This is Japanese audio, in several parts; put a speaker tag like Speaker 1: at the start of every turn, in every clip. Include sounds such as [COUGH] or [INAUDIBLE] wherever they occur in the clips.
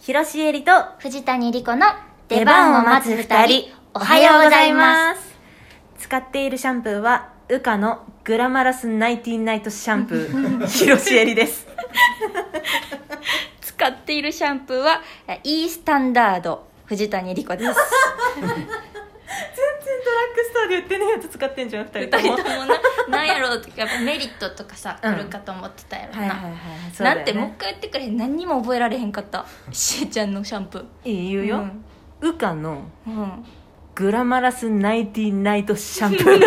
Speaker 1: 広しえりと
Speaker 2: 藤谷莉子の
Speaker 1: 出番を待つ二人おはようございます使っているシャンプーはウカのグラマラスナイティナイトシャンプ [LAUGHS] ー広しえりです
Speaker 2: す使っているシャンプーはえイースタンダード藤谷莉子です
Speaker 1: 全然ドラッグストアで売ってないやつ使ってんじゃん二
Speaker 2: [LAUGHS] 二人ともななんやろうってやっぱメリットとかさ、
Speaker 1: うん
Speaker 2: 来るかと思ってたやろな、
Speaker 1: はいはいはいそうだ
Speaker 2: な
Speaker 1: よ
Speaker 2: ん
Speaker 1: ね
Speaker 2: てもう一回言ってくれへん何にも覚えられへんかったしーちゃんのシャンプー
Speaker 1: いい言うよ、
Speaker 2: うん
Speaker 1: ウカの
Speaker 2: うん、う
Speaker 1: グラマラスナイティナイトシャンプー
Speaker 2: かう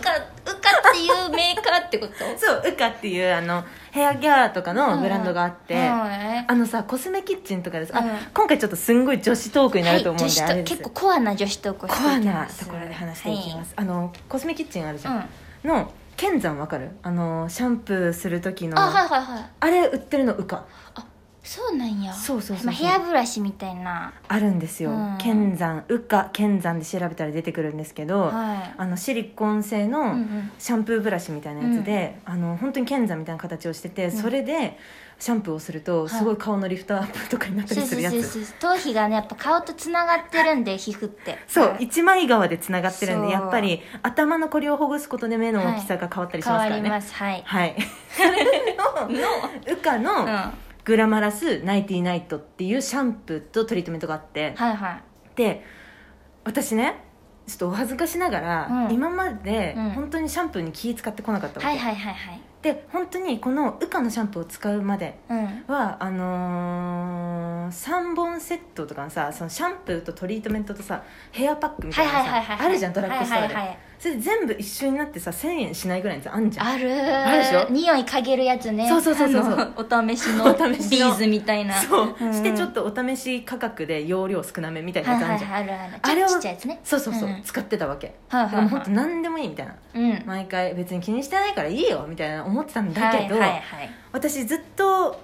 Speaker 2: かっていうメーカーってこと
Speaker 1: [LAUGHS] そうウカっていうあのヘアケアとかのブランドがあって、
Speaker 2: はい
Speaker 1: あのさコスメキッチンとかでさ、あ
Speaker 2: うん
Speaker 1: 今回ちょっとすんごい女子トークになると思うんで、あ
Speaker 2: はい、
Speaker 1: れで
Speaker 2: 女子と
Speaker 1: す
Speaker 2: 結構コアな女子トークをして
Speaker 1: コア
Speaker 2: いき
Speaker 1: な
Speaker 2: ます
Speaker 1: ところで話していきます、あのコスメキッチンあるじゃ
Speaker 2: はい
Speaker 1: ん、の剣山わかるあのシャンプーする時
Speaker 2: う
Speaker 1: の
Speaker 2: ん、あはい
Speaker 1: あ
Speaker 2: はいはい
Speaker 1: れ売ってるのウカ
Speaker 2: そうなんや
Speaker 1: そうそうそうそう
Speaker 2: まあ、ヘアブラシみたいな
Speaker 1: あるんですよ、
Speaker 2: うん
Speaker 1: 剣山ウカ剣山で調べたら出てくるんですけど、
Speaker 2: はい
Speaker 1: あのシリコン製
Speaker 2: うんう
Speaker 1: の
Speaker 2: ん
Speaker 1: シャンプーブラシみたいなやつで、あの本当に剣山みたいな形をしてて、それでシャンプーをすると
Speaker 2: い
Speaker 1: すごい顔のリフトアップとかになった
Speaker 2: そう
Speaker 1: り
Speaker 2: そ
Speaker 1: す
Speaker 2: う
Speaker 1: るやつ、
Speaker 2: そうそう頭皮がねやっぱ顔とつながってるんで皮膚って
Speaker 1: そう
Speaker 2: はい
Speaker 1: 一枚側でつながってるん
Speaker 2: そう
Speaker 1: でやっぱり頭のこりをほぐすことで目の大きさが変わったりし
Speaker 2: 変
Speaker 1: ます
Speaker 2: わ
Speaker 1: から
Speaker 2: り
Speaker 1: ね、
Speaker 2: ますはい
Speaker 1: はい。 [LAUGHS] の、ウカ
Speaker 2: うん
Speaker 1: の
Speaker 2: は
Speaker 1: グラマラスナイティナイトっていうシャンプーとトリートメントがあって
Speaker 2: い、はい
Speaker 1: で、私ね、ちょっとお恥ずかしながら、
Speaker 2: うん
Speaker 1: 今まで
Speaker 2: うん
Speaker 1: 本当にシャンプーに気使ってこなかったわけ、
Speaker 2: はいはいはいはい
Speaker 1: で本当にこのウカのシャンプーを使うまで
Speaker 2: うん
Speaker 1: はあのー、3本セットとかのさそのシャンプーとトリートメントとさヘアパックみた
Speaker 2: はいい
Speaker 1: な
Speaker 2: はい
Speaker 1: さ、
Speaker 2: はいはい
Speaker 1: あるじゃんドラッグストアで、
Speaker 2: はいはいはい
Speaker 1: それで全部一緒になってさ1000円しないぐらいのやつあんじゃん
Speaker 2: ある
Speaker 1: あるでしょ
Speaker 2: 匂い嗅げるやつね
Speaker 1: そうそうそうそうそう
Speaker 2: あのお試しの
Speaker 1: お試しの
Speaker 2: ビーズみたいな
Speaker 1: そう、
Speaker 2: うん
Speaker 1: してちょっとお試し価格で容量少なめみたいな
Speaker 2: は
Speaker 1: や
Speaker 2: い
Speaker 1: つあ
Speaker 2: は
Speaker 1: る
Speaker 2: い
Speaker 1: じゃん、
Speaker 2: はいあるある
Speaker 1: あれを
Speaker 2: ちっちゃいやつね
Speaker 1: そうそうそう、
Speaker 2: うん
Speaker 1: 使ってたわけ
Speaker 2: はいはい
Speaker 1: でも本
Speaker 2: は
Speaker 1: 当何でもいいみたいない
Speaker 2: うん
Speaker 1: 毎回別に気にしてないからいいよみたいな思ってたんだけど、
Speaker 2: はいはいはい
Speaker 1: 私ずっと、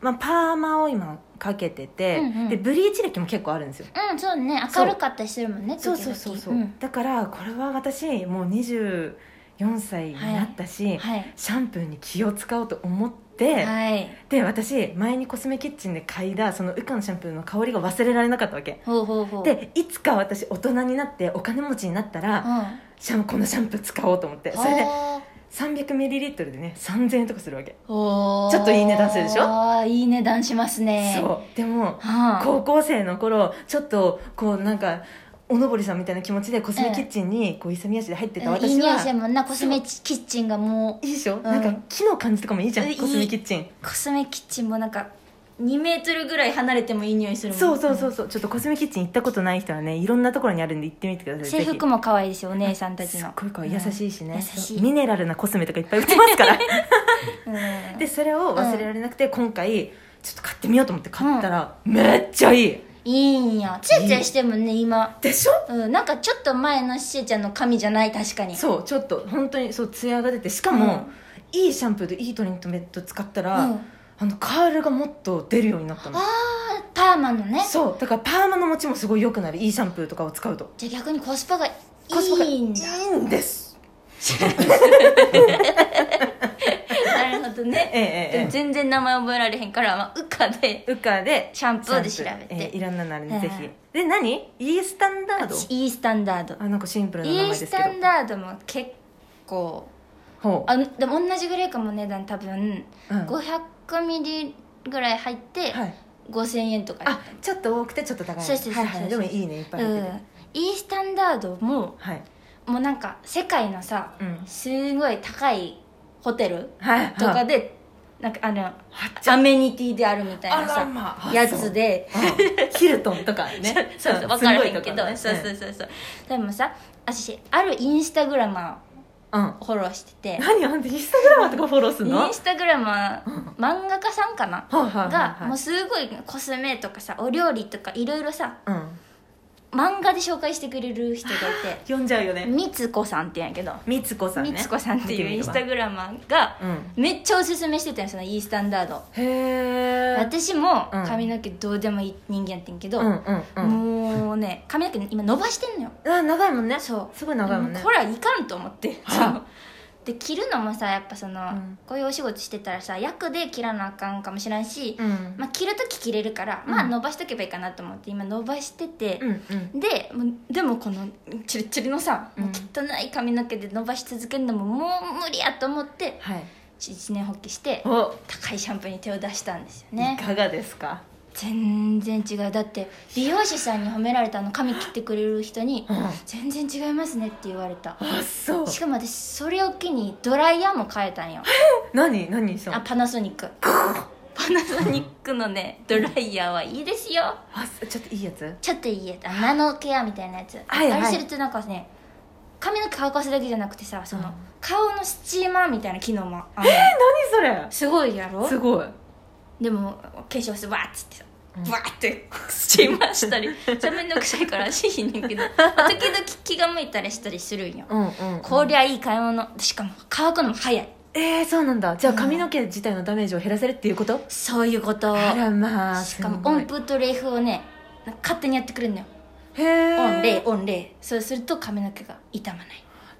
Speaker 1: まあ、パーマを今かけてて、
Speaker 2: うんうん
Speaker 1: でブリーチ歴も結構あるんですよ
Speaker 2: うんそうね
Speaker 1: そう
Speaker 2: 明るかったりするもんね
Speaker 1: そうそう
Speaker 2: 時
Speaker 1: そ
Speaker 2: 々
Speaker 1: うそう、
Speaker 2: ん
Speaker 1: だからこれは私もう24歳になったし、
Speaker 2: はい
Speaker 1: シャンプーに気を使おうと思って、
Speaker 2: はい
Speaker 1: で私前にコスメキッチンで嗅いだそのウカのシャンプーの香りが忘れられなかったわけ
Speaker 2: ほうほうほう
Speaker 1: でいつか私大人になってお金持ちになったら、
Speaker 2: う
Speaker 1: シャンこのシャンプー使おうと思って
Speaker 2: ん
Speaker 1: それで
Speaker 2: あー
Speaker 1: 300ml でね3000円とかするわけ、
Speaker 2: おー
Speaker 1: ちょっといい値段するでしょ
Speaker 2: あーいい値段しますね
Speaker 1: そうでも
Speaker 2: はあ
Speaker 1: 高校生の頃ちょっとこうなんかおのぼりさんみたいな気持ちでコスメキッチンにこう勇み足で入ってた
Speaker 2: うんいい
Speaker 1: 私
Speaker 2: 匂
Speaker 1: はい
Speaker 2: してるもんなコスメキッチンがも
Speaker 1: いいでしょ、
Speaker 2: ん
Speaker 1: なんか木の感じとかもいいじゃ
Speaker 2: うん
Speaker 1: ん
Speaker 2: いい
Speaker 1: コスメキッチン
Speaker 2: うコスメキッチンもなんか2メートルぐらい離れてもいい匂いするもん
Speaker 1: そうそうそうそうちょっとコスメキッチン行ったことない人はねいろんなところにあるんで行ってみてください
Speaker 2: 制
Speaker 1: ぜひ
Speaker 2: 服も可愛いですよお姉さんたち
Speaker 1: す
Speaker 2: の
Speaker 1: っごい可愛い優しいしね、
Speaker 2: 優しい
Speaker 1: そうミネラルなコスメとかいっぱい売ってます
Speaker 2: [LAUGHS]
Speaker 1: から
Speaker 2: うん
Speaker 1: でそれを忘れられなくて、今回ちょっと買ってみようと思って買ったら、めっちゃいい
Speaker 2: いいんやつやつやしてもね今
Speaker 1: でしょ
Speaker 2: うんなんかちょっと前のしーちゃんの髪じゃない確かに
Speaker 1: そうちょっと本当にそうツヤが出てしかも、いいシャンプーといいトリートメント使ったら、
Speaker 2: うん
Speaker 1: あのカールがもっと出るようになったの
Speaker 2: ああパーマのね
Speaker 1: そうだからパーマの持ちもすごい良くなるいいシャンプーとかを使うと
Speaker 2: じゃあ逆にコスパがい
Speaker 1: コスパが
Speaker 2: いんだ
Speaker 1: いいんです
Speaker 2: [LAUGHS] なるほどね
Speaker 1: えええええ
Speaker 2: 全然名前覚えられへんから、まあ、ウカで
Speaker 1: えウカで
Speaker 2: シャンプーで調べて
Speaker 1: シャンプーええいろんなのあるんで、
Speaker 2: は
Speaker 1: ぜ
Speaker 2: い
Speaker 1: ひで何イースタンダード
Speaker 2: イースタンダード
Speaker 1: あなんかシンプルな
Speaker 2: イ
Speaker 1: 名前
Speaker 2: ー
Speaker 1: です
Speaker 2: ス
Speaker 1: けど
Speaker 2: タンダードも結構
Speaker 1: ほう
Speaker 2: あでも同じぐらいかも値段多分、
Speaker 1: うん
Speaker 2: 500ミリぐらい入って
Speaker 1: はい
Speaker 2: 5000円とか、
Speaker 1: あちょっと多くてちょっと高い
Speaker 2: そうそうそうそう
Speaker 1: はいはいでもいいねいっぱい入
Speaker 2: う
Speaker 1: ってて、
Speaker 2: んイースタンダードも
Speaker 1: はい
Speaker 2: もうなんか世界のさ、
Speaker 1: うん
Speaker 2: すごい高いホテル
Speaker 1: はい
Speaker 2: とか
Speaker 1: で
Speaker 2: で、なんかあのアメニティであるみたいなさ、やつで
Speaker 1: ヒルトンとかね
Speaker 2: [LAUGHS] そうそう分からへんけ
Speaker 1: すごいと
Speaker 2: ど、
Speaker 1: こね
Speaker 2: そうそうそうそうでもさ私あるインスタグラマ
Speaker 1: うんうん
Speaker 2: ーをフォローしてて
Speaker 1: 何あんたインスタグラマーとかフォローすんの
Speaker 2: インスタグラマ
Speaker 1: うん
Speaker 2: ー漫画家さんかな
Speaker 1: はいはいはい
Speaker 2: が
Speaker 1: はい
Speaker 2: もうすごいコスメとかさお料理とかいろいろさ
Speaker 1: うん
Speaker 2: 漫画で紹介してくれる人がいて
Speaker 1: 読んじゃうよね
Speaker 2: みつこさんって言うんやけど
Speaker 1: みつこさんね
Speaker 2: みつこさんっていうインスタ
Speaker 1: グ
Speaker 2: グラマーが
Speaker 1: ラうん
Speaker 2: めっちゃおすすめしてたよそのイースタンダード
Speaker 1: へえ
Speaker 2: 私も
Speaker 1: うん
Speaker 2: 髪の毛どうでもいい人間やってんけど、
Speaker 1: うんうんうん
Speaker 2: もうね髪の毛今伸ばしてんのよ
Speaker 1: あ長いもんね
Speaker 2: そう
Speaker 1: すごい長いもんね
Speaker 2: これはいかんと思って
Speaker 1: [LAUGHS] はあ
Speaker 2: そうで切るのもさやっぱその、
Speaker 1: うん
Speaker 2: こういうお仕事してたらさ役で切らなあかんかもしれんし、
Speaker 1: うん
Speaker 2: まあ、切る時切れるから、
Speaker 1: うん
Speaker 2: まあ伸ばしとけばいいかなと思って今伸ばしてて、
Speaker 1: うんうん
Speaker 2: でもうでもこのチリチリのさ、
Speaker 1: うん
Speaker 2: もう汚い髪の毛で伸ばし続けるのももう無理やと思って
Speaker 1: はい
Speaker 2: 一年発起して
Speaker 1: お、
Speaker 2: 高いシャンプーに手を出したんですよね
Speaker 1: いかがですか
Speaker 2: 全然違うだって美容師さんに褒められたあの髪切ってくれる人に
Speaker 1: うん
Speaker 2: 「全然違いますね」って言われた
Speaker 1: あそう
Speaker 2: しかも私それを機にドライヤーも変えたんよ
Speaker 1: 何何そ
Speaker 2: あ
Speaker 1: の
Speaker 2: パナソニックパナソニックのねドライヤーはいいですよ
Speaker 1: あすちょっといいやつ
Speaker 2: ちょっといいやつあナノケアみたいなやつ、
Speaker 1: はいはい
Speaker 2: あれするとなんかね髪の毛乾かすだけじゃなくてさその、
Speaker 1: うん
Speaker 2: 顔のスチーマーみたいな機能もあん [LAUGHS]
Speaker 1: 何
Speaker 2: の
Speaker 1: それ
Speaker 2: すごいやろ
Speaker 1: すごい
Speaker 2: でも化粧してわーっつってさ
Speaker 1: うん
Speaker 2: わーってスチーマーした
Speaker 1: [LAUGHS]
Speaker 2: [LAUGHS] りそれめんどくさいからしいねんけど時々気が向いたりしたりするんよ、
Speaker 1: うんうん、うん、
Speaker 2: こりゃいい買い物しかも乾くのも早い
Speaker 1: えー、そうなんだじゃあ髪の毛自体のダメージを減らせるっていうこと、
Speaker 2: そういうこと
Speaker 1: あらまあ
Speaker 2: しかも
Speaker 1: すごい
Speaker 2: 音符と礼符をねなんか勝手にやってくれるのよ
Speaker 1: へえ
Speaker 2: 音礼音礼そうすると髪の毛が傷まない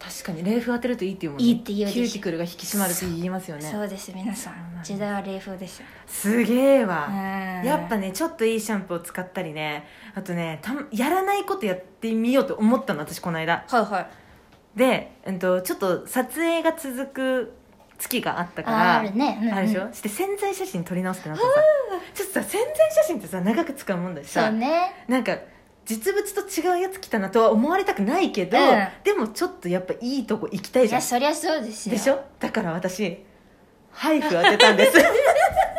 Speaker 1: 確かに冷風当てるといいっていうもん
Speaker 2: いいって言うでし
Speaker 1: キ
Speaker 2: ょ
Speaker 1: ューティクルが引き締まるって言いますよ
Speaker 2: そ
Speaker 1: ね
Speaker 2: うです皆さ
Speaker 1: そうなん
Speaker 2: ん
Speaker 1: だ
Speaker 2: 時代は冷風ですよ
Speaker 1: すげえわ、や
Speaker 2: や
Speaker 1: っぱねちょっといいシャンプーを使ったりねあとねたやらないことやってみようと思ったの私この間
Speaker 2: はいはい
Speaker 1: で、えっと、ちょっと撮影が続く月があったか
Speaker 2: あ
Speaker 1: ら
Speaker 2: あるね、うんうん
Speaker 1: あるでしょ、して潜在写真撮り直すってなったのさちょっとさ潜在写真ってさ長く使うもんだし
Speaker 2: そ
Speaker 1: さ、
Speaker 2: うね
Speaker 1: なんか実物と違うやつ来たなとは思われたくないけど、
Speaker 2: うん
Speaker 1: でもちょっとやっぱいいとこ行きたい
Speaker 2: い
Speaker 1: じゃん
Speaker 2: やそりゃそうですよ
Speaker 1: でしょだから私ハイフ当てたん
Speaker 2: [LAUGHS]
Speaker 1: ですい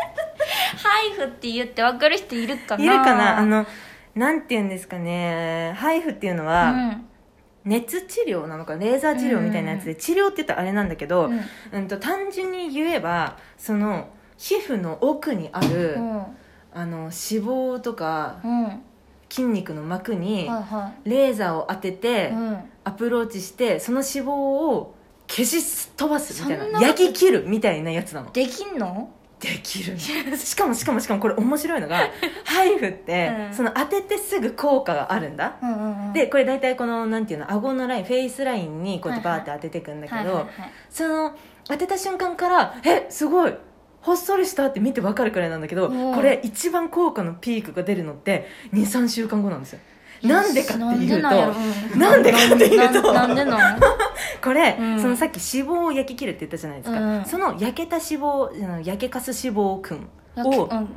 Speaker 2: ハイフって言って分かる人いるかな
Speaker 1: るかなあのなんて言うんですかねハイフっていうのは、熱治療なのかレーザー治療みたいなやつで、治療って言ったらあれなんだけど、
Speaker 2: うん、うん
Speaker 1: うんと単純に言えばその皮膚の奥にある、あの脂肪とか
Speaker 2: うんうん
Speaker 1: 筋肉の膜に
Speaker 2: はいは
Speaker 1: レーザーを当てて、
Speaker 2: い、うん、
Speaker 1: アプローチしてその脂肪を消し飛ばすみた
Speaker 2: そ
Speaker 1: い
Speaker 2: ん
Speaker 1: な
Speaker 2: な
Speaker 1: 焼き切るみたいなやつなの
Speaker 2: できんの
Speaker 1: できるのしかもしかもしかもこれ面白いのがハイフって、
Speaker 2: うん
Speaker 1: その当ててすぐ効果があるんだ
Speaker 2: うんうんうん
Speaker 1: でこれ大体このなんていうの顎のラインフェイスラインにこうやってバーって当てていくんだけど、
Speaker 2: はいはいはい
Speaker 1: その当てた瞬間から「えすごいほっそりした」って見てわかるくらいなんだけど、
Speaker 2: うん
Speaker 1: これ一番効果のピークが出るのって23週間後なんですよなんでかって
Speaker 2: なん
Speaker 1: い
Speaker 2: で
Speaker 1: うと
Speaker 2: なんやろうん
Speaker 1: なんでかっていうと
Speaker 2: ななんでなん
Speaker 1: これ、
Speaker 2: うん
Speaker 1: そのさっき脂肪を焼き切るって言ったじゃないですか、
Speaker 2: うん
Speaker 1: その焼けた脂肪あの焼けかす脂肪くんを
Speaker 2: うん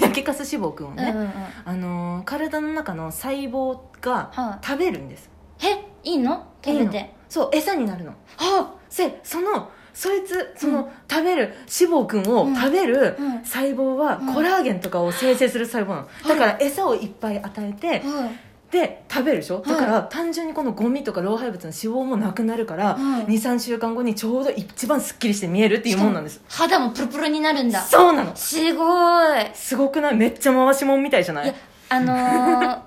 Speaker 1: 焼けかす脂肪くんをね、
Speaker 2: うんうんうん
Speaker 1: あのー体の中の細胞
Speaker 2: は
Speaker 1: が食べるんです、
Speaker 2: えいいの食べて
Speaker 1: いいのそう餌になるの
Speaker 2: あ
Speaker 1: せそのそいつその、食べる脂肪くんを食べる
Speaker 2: うんうん
Speaker 1: 細胞は
Speaker 2: うん
Speaker 1: コラーゲンとかを生成する細胞なの、だから餌をいっぱい与えて、
Speaker 2: うん
Speaker 1: で食べるでしょ、だから単純にこのゴミとか老廃物の脂肪もなくなるから、
Speaker 2: うん
Speaker 1: 23週間後にちょうど一番すっきりして見えるっていうもんなんです
Speaker 2: 肌もプルプルになるんだ
Speaker 1: そうなの
Speaker 2: すごい
Speaker 1: すごくないめっちゃ回しもんみたいじゃない
Speaker 2: いやあの [LAUGHS] ー、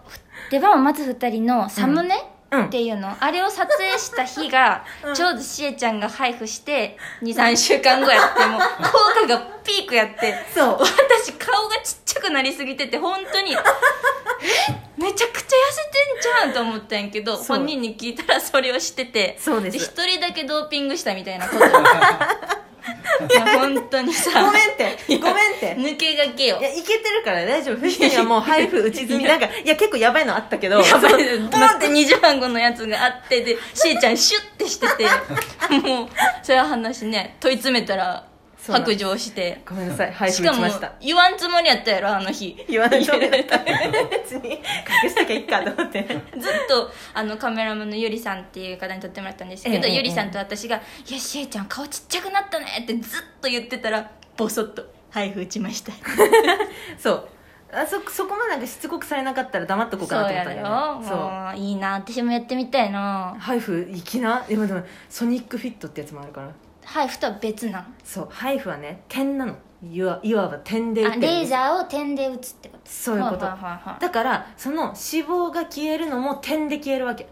Speaker 2: 出番を待つ二人のサムネ、
Speaker 1: うん
Speaker 2: っていうのあれを撮影した日が、
Speaker 1: うん
Speaker 2: ちょうどしえちゃんが配布して23週間後やってもう効果がピークやって
Speaker 1: [LAUGHS] そう
Speaker 2: 私顔がちっちゃくなりすぎてて本当にえめちゃくちゃ痩せてんじゃんと思ったんやけど
Speaker 1: そう
Speaker 2: 本人に聞いたらそれをしてて
Speaker 1: そうです
Speaker 2: 一人だけドーピングしたみたいなこと
Speaker 1: [LAUGHS]
Speaker 2: いや本当にさ
Speaker 1: ごめんってごめんって
Speaker 2: 抜けがけよ
Speaker 1: いや、いけてるから大丈夫。フェスにはもう配布打ち済み。なんか、いや、結構やばいのあったけど、
Speaker 2: やばい
Speaker 1: その
Speaker 2: ポンって20番後のやつがあってでしーちゃんシュッてしてて
Speaker 1: [LAUGHS]
Speaker 2: もうそういう話ね問い詰めたら
Speaker 1: そうなんで
Speaker 2: 白
Speaker 1: す
Speaker 2: 状して
Speaker 1: ごめんなさい、配
Speaker 2: し
Speaker 1: 布
Speaker 2: か
Speaker 1: 打ち
Speaker 2: も
Speaker 1: ました。
Speaker 2: 言わんつもりやったやろあの日
Speaker 1: 言わないと思
Speaker 2: [LAUGHS]
Speaker 1: った。別に、隠しときゃいいかと思って。
Speaker 2: ずっとあのカメラマンのゆりさんっていう方に撮ってもらったんですけど、
Speaker 1: ええ
Speaker 2: ゆりさんと私が「いやしえちゃん顔ちっちゃくなったね」ってずっと言ってたらボソッと「配布打ちました」
Speaker 1: そう。あそ、そこまでなんかしつこくされなかったら黙っとこうか
Speaker 2: そ
Speaker 1: な
Speaker 2: う
Speaker 1: と思った
Speaker 2: や
Speaker 1: んだ
Speaker 2: ろ
Speaker 1: よね。
Speaker 2: もういいな私もやってみたいな
Speaker 1: 配布、いきな。でもでも、ソニックフィットってやつもあるから。
Speaker 2: 配布とは別なん
Speaker 1: そう、配布はね、点なの。いわいわば点で打っ
Speaker 2: あ
Speaker 1: てるんです
Speaker 2: レーザーを点で打つってこと
Speaker 1: そういうこと
Speaker 2: は。はは
Speaker 1: だからその脂肪が消えるのも点で消えるわけ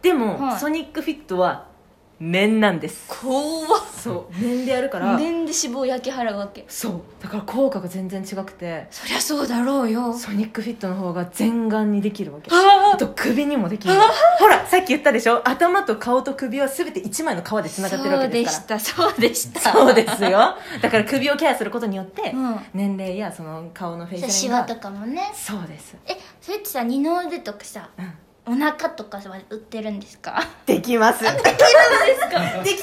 Speaker 1: でも、
Speaker 2: はい
Speaker 1: ソニックフィットは面なんです
Speaker 2: 怖っ
Speaker 1: そう面でやるから
Speaker 2: 面で脂肪を焼き払うわけ
Speaker 1: そうだから効果が全然違くて
Speaker 2: そりゃそうだろうよ
Speaker 1: ソニックフィットの方が全顔にできるわけ
Speaker 2: あ
Speaker 1: 頭と首にもできるほらさっき言ったでしょ頭と顔と首は全て1枚の皮でつながってるわけですから
Speaker 3: そうでしたそうでした
Speaker 1: そうですよだから首をケアすることによって、
Speaker 3: うん
Speaker 1: 年齢やその顔のフェイ
Speaker 2: そう
Speaker 1: ス
Speaker 2: シ
Speaker 1: ライ
Speaker 2: ワ
Speaker 1: ンが
Speaker 2: とかもね
Speaker 1: そうです
Speaker 2: えそれってさ二の腕とかさ、お腹とかは売ってるんですか
Speaker 1: できますで
Speaker 3: ですか
Speaker 1: きちゃうん [LAUGHS] です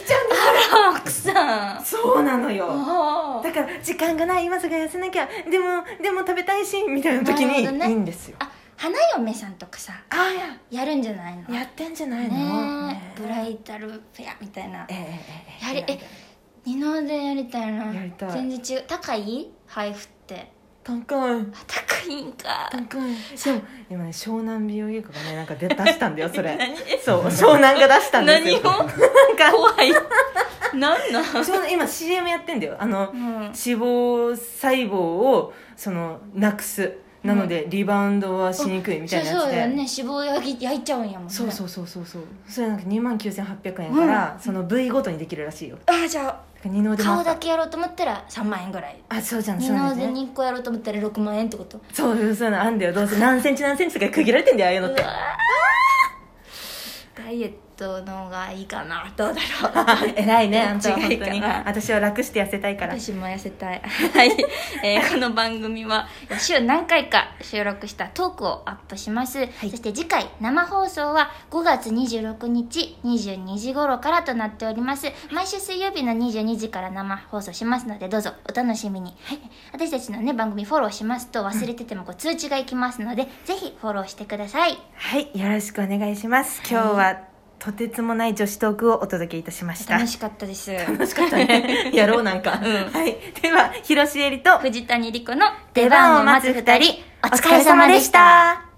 Speaker 3: 奥さん
Speaker 1: そうなのよ
Speaker 3: あ
Speaker 1: だから時間がない今すぐ痩せなきゃでもでも食べたいしみたいな時に
Speaker 2: なるほどね
Speaker 1: いいんですよ、
Speaker 2: あ花嫁さんとかさ
Speaker 1: ああ
Speaker 2: やるんじゃないの
Speaker 1: やってんじゃないの、
Speaker 2: ね
Speaker 1: ね
Speaker 2: えブライダルペアみたいな
Speaker 1: ええええ
Speaker 2: やりえ二の腕やりたいな
Speaker 1: やりたい
Speaker 2: 全然違う高い配布って
Speaker 1: 高い
Speaker 2: あ高いんか
Speaker 1: 高いしかも今ね湘南美容外科がねなんか出出したんだよそれ
Speaker 2: [LAUGHS]
Speaker 1: そう湘南が出したんです
Speaker 3: 何
Speaker 1: よ
Speaker 3: を怖い何なん
Speaker 1: 湘南今 CM やってんだよあの、
Speaker 3: うん
Speaker 1: 脂肪細胞をそのなくすなので、リバウンドはしにくいみたいなやつで
Speaker 2: そうそうよね脂肪焼き焼いちゃうんやもんね
Speaker 1: そうそうそうそうそうそれなんか2万9800円やから、その部位ごとにできるらしいよだ
Speaker 2: あーじゃ
Speaker 1: から二の
Speaker 2: あ
Speaker 1: 腕もあ
Speaker 2: 顔
Speaker 1: っ
Speaker 2: だ
Speaker 1: た
Speaker 2: けやろうと思ったら3万円ぐらい
Speaker 1: あそうじゃん
Speaker 2: 二
Speaker 1: そうな
Speaker 2: の
Speaker 1: ん
Speaker 2: 腕
Speaker 1: だね
Speaker 2: 2個やろうと思ったら6万円ってこと
Speaker 1: そういうそういうのあんだよどうせ何センチ何センチとか区切られてんだよああいうのって
Speaker 2: ダイエットの方がいいかなどうだろ
Speaker 1: [LAUGHS]
Speaker 2: う
Speaker 1: 偉いねあんたは
Speaker 3: 違うか
Speaker 1: 本当に私は楽して痩せたいから
Speaker 2: 私も痩せたい
Speaker 3: はい、えーこの番組は
Speaker 2: 週何回か収録したトークをアップします、そして次回生放送は5月26日22時頃からとなっております毎週水曜日の22時から生放送しますのでどうぞお楽しみに、私たちのね番組フォローしますと忘れててもこう通知がいきますので、ぜひフォローしてください
Speaker 1: はいよろしくお願いします今日はとてつもない女子トークをお届けいたしました
Speaker 2: 楽しかったです
Speaker 1: 楽しかったね [LAUGHS] やろうなんか、はいでは広瀬えりと
Speaker 2: 藤谷莉子の
Speaker 1: 出番を待つ二人お疲れ様でした